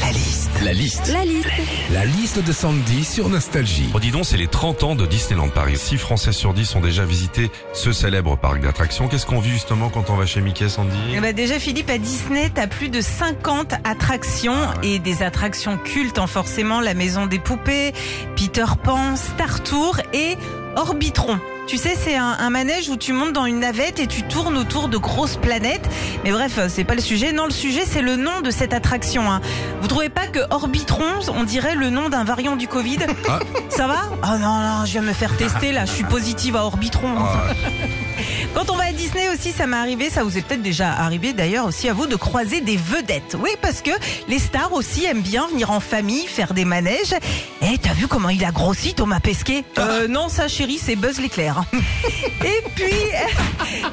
La liste. La liste. La liste de Sandy sur Nostalgie. Bon, dis donc, c'est les 30 ans de Disneyland Paris. 6 Français sur 10 ont déjà visité ce célèbre parc d'attractions. Qu'est-ce qu'on vit justement quand on va chez Mickey, Sandy Eh ben, déjà, Philippe, à Disney, t'as plus de 50 attractions et des attractions cultes, hein, forcément. La Maison des Poupées, Peter Pan, Star Tour et Orbitron. Tu sais, c'est un, un manège où tu montes dans une navette et tu tournes autour de grosses planètes. Mais bref, euh, c'est pas le sujet. Non, le sujet, c'est le nom de cette attraction. Hein. Vous trouvez pas que Orbitron, on dirait le nom d'un variant du Covid Ah. Ça va Oh non, non, je viens de me faire tester là. Je suis positive à Orbitron. hein. Quand on va à Disney aussi, ça m'est arrivé, ça vous est peut-être déjà arrivé d'ailleurs aussi à vous de croiser des vedettes. Oui, parce que les stars aussi aiment bien venir en famille, faire des manèges. Eh, t'as vu comment il a grossi Thomas Pesquet Euh, non, ça chérie, c'est Buzz l'éclair. Et puis,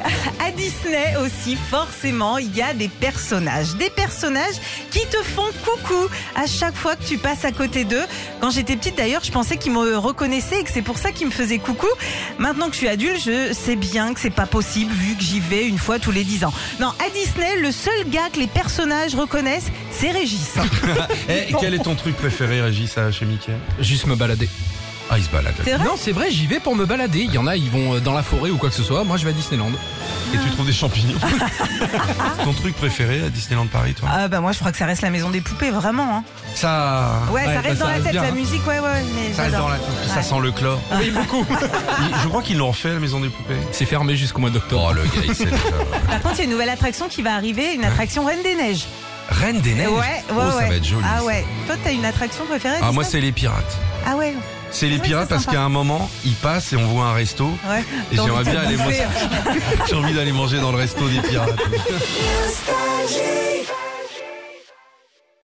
à Disney aussi, forcément, il y a des personnages. Des personnages qui te font coucou à chaque fois que tu passes à côté d'eux. Quand j'étais petite, d'ailleurs, je pensais qu'ils me reconnaissaient et que c'est pour ça qu'ils me faisaient coucou. Maintenant que je suis adulte, je sais bien que c'est pas possible vu que j'y vais une fois tous les 10 ans. Non, à Disney, le seul gars que les personnages reconnaissent, c'est Régis. Eh, quel est ton truc préféré, Régis, à- chez Mickey Juste me balader. Ah, il se balade. C'est vrai Non, c'est vrai, j'y vais pour me balader. Il y en a, ils vont euh, dans la forêt ou quoi que ce soit. Moi, je vais à Disneyland. Et tu trouves des champignons. ton truc préféré à Disneyland Paris, toi Ah bah moi je crois que ça reste la maison des poupées vraiment hein. Ça. Ouais, ça bah, reste ça dans la reste tête bien, la hein. musique ouais ouais mais Ça reste j'adore. dans la tête. Puis Ça sent le chlore. Oui, beaucoup. Je crois qu'ils l'ont refait, la maison des poupées. C'est fermé jusqu'au mois d'octobre. Oh, le gars, il sait déjà. Par contre, il y a une nouvelle attraction qui va arriver, une attraction Reine des Neiges. Reine des Ouais, Neiges. ouais, Oh, ouais. ça va être joli. Ah ça. ouais. Toi, t'as une attraction préférée Ah, moi, Disney c'est les pirates. Ah ouais. C'est les Ouais, pirates c'est parce sympa. qu'à un moment, ils passent et on voit un resto. Ouais. Et T'as j'aimerais envie de bien aller bouffer. manger. J'ai envie d'aller manger dans le resto des pirates. Nostalgie.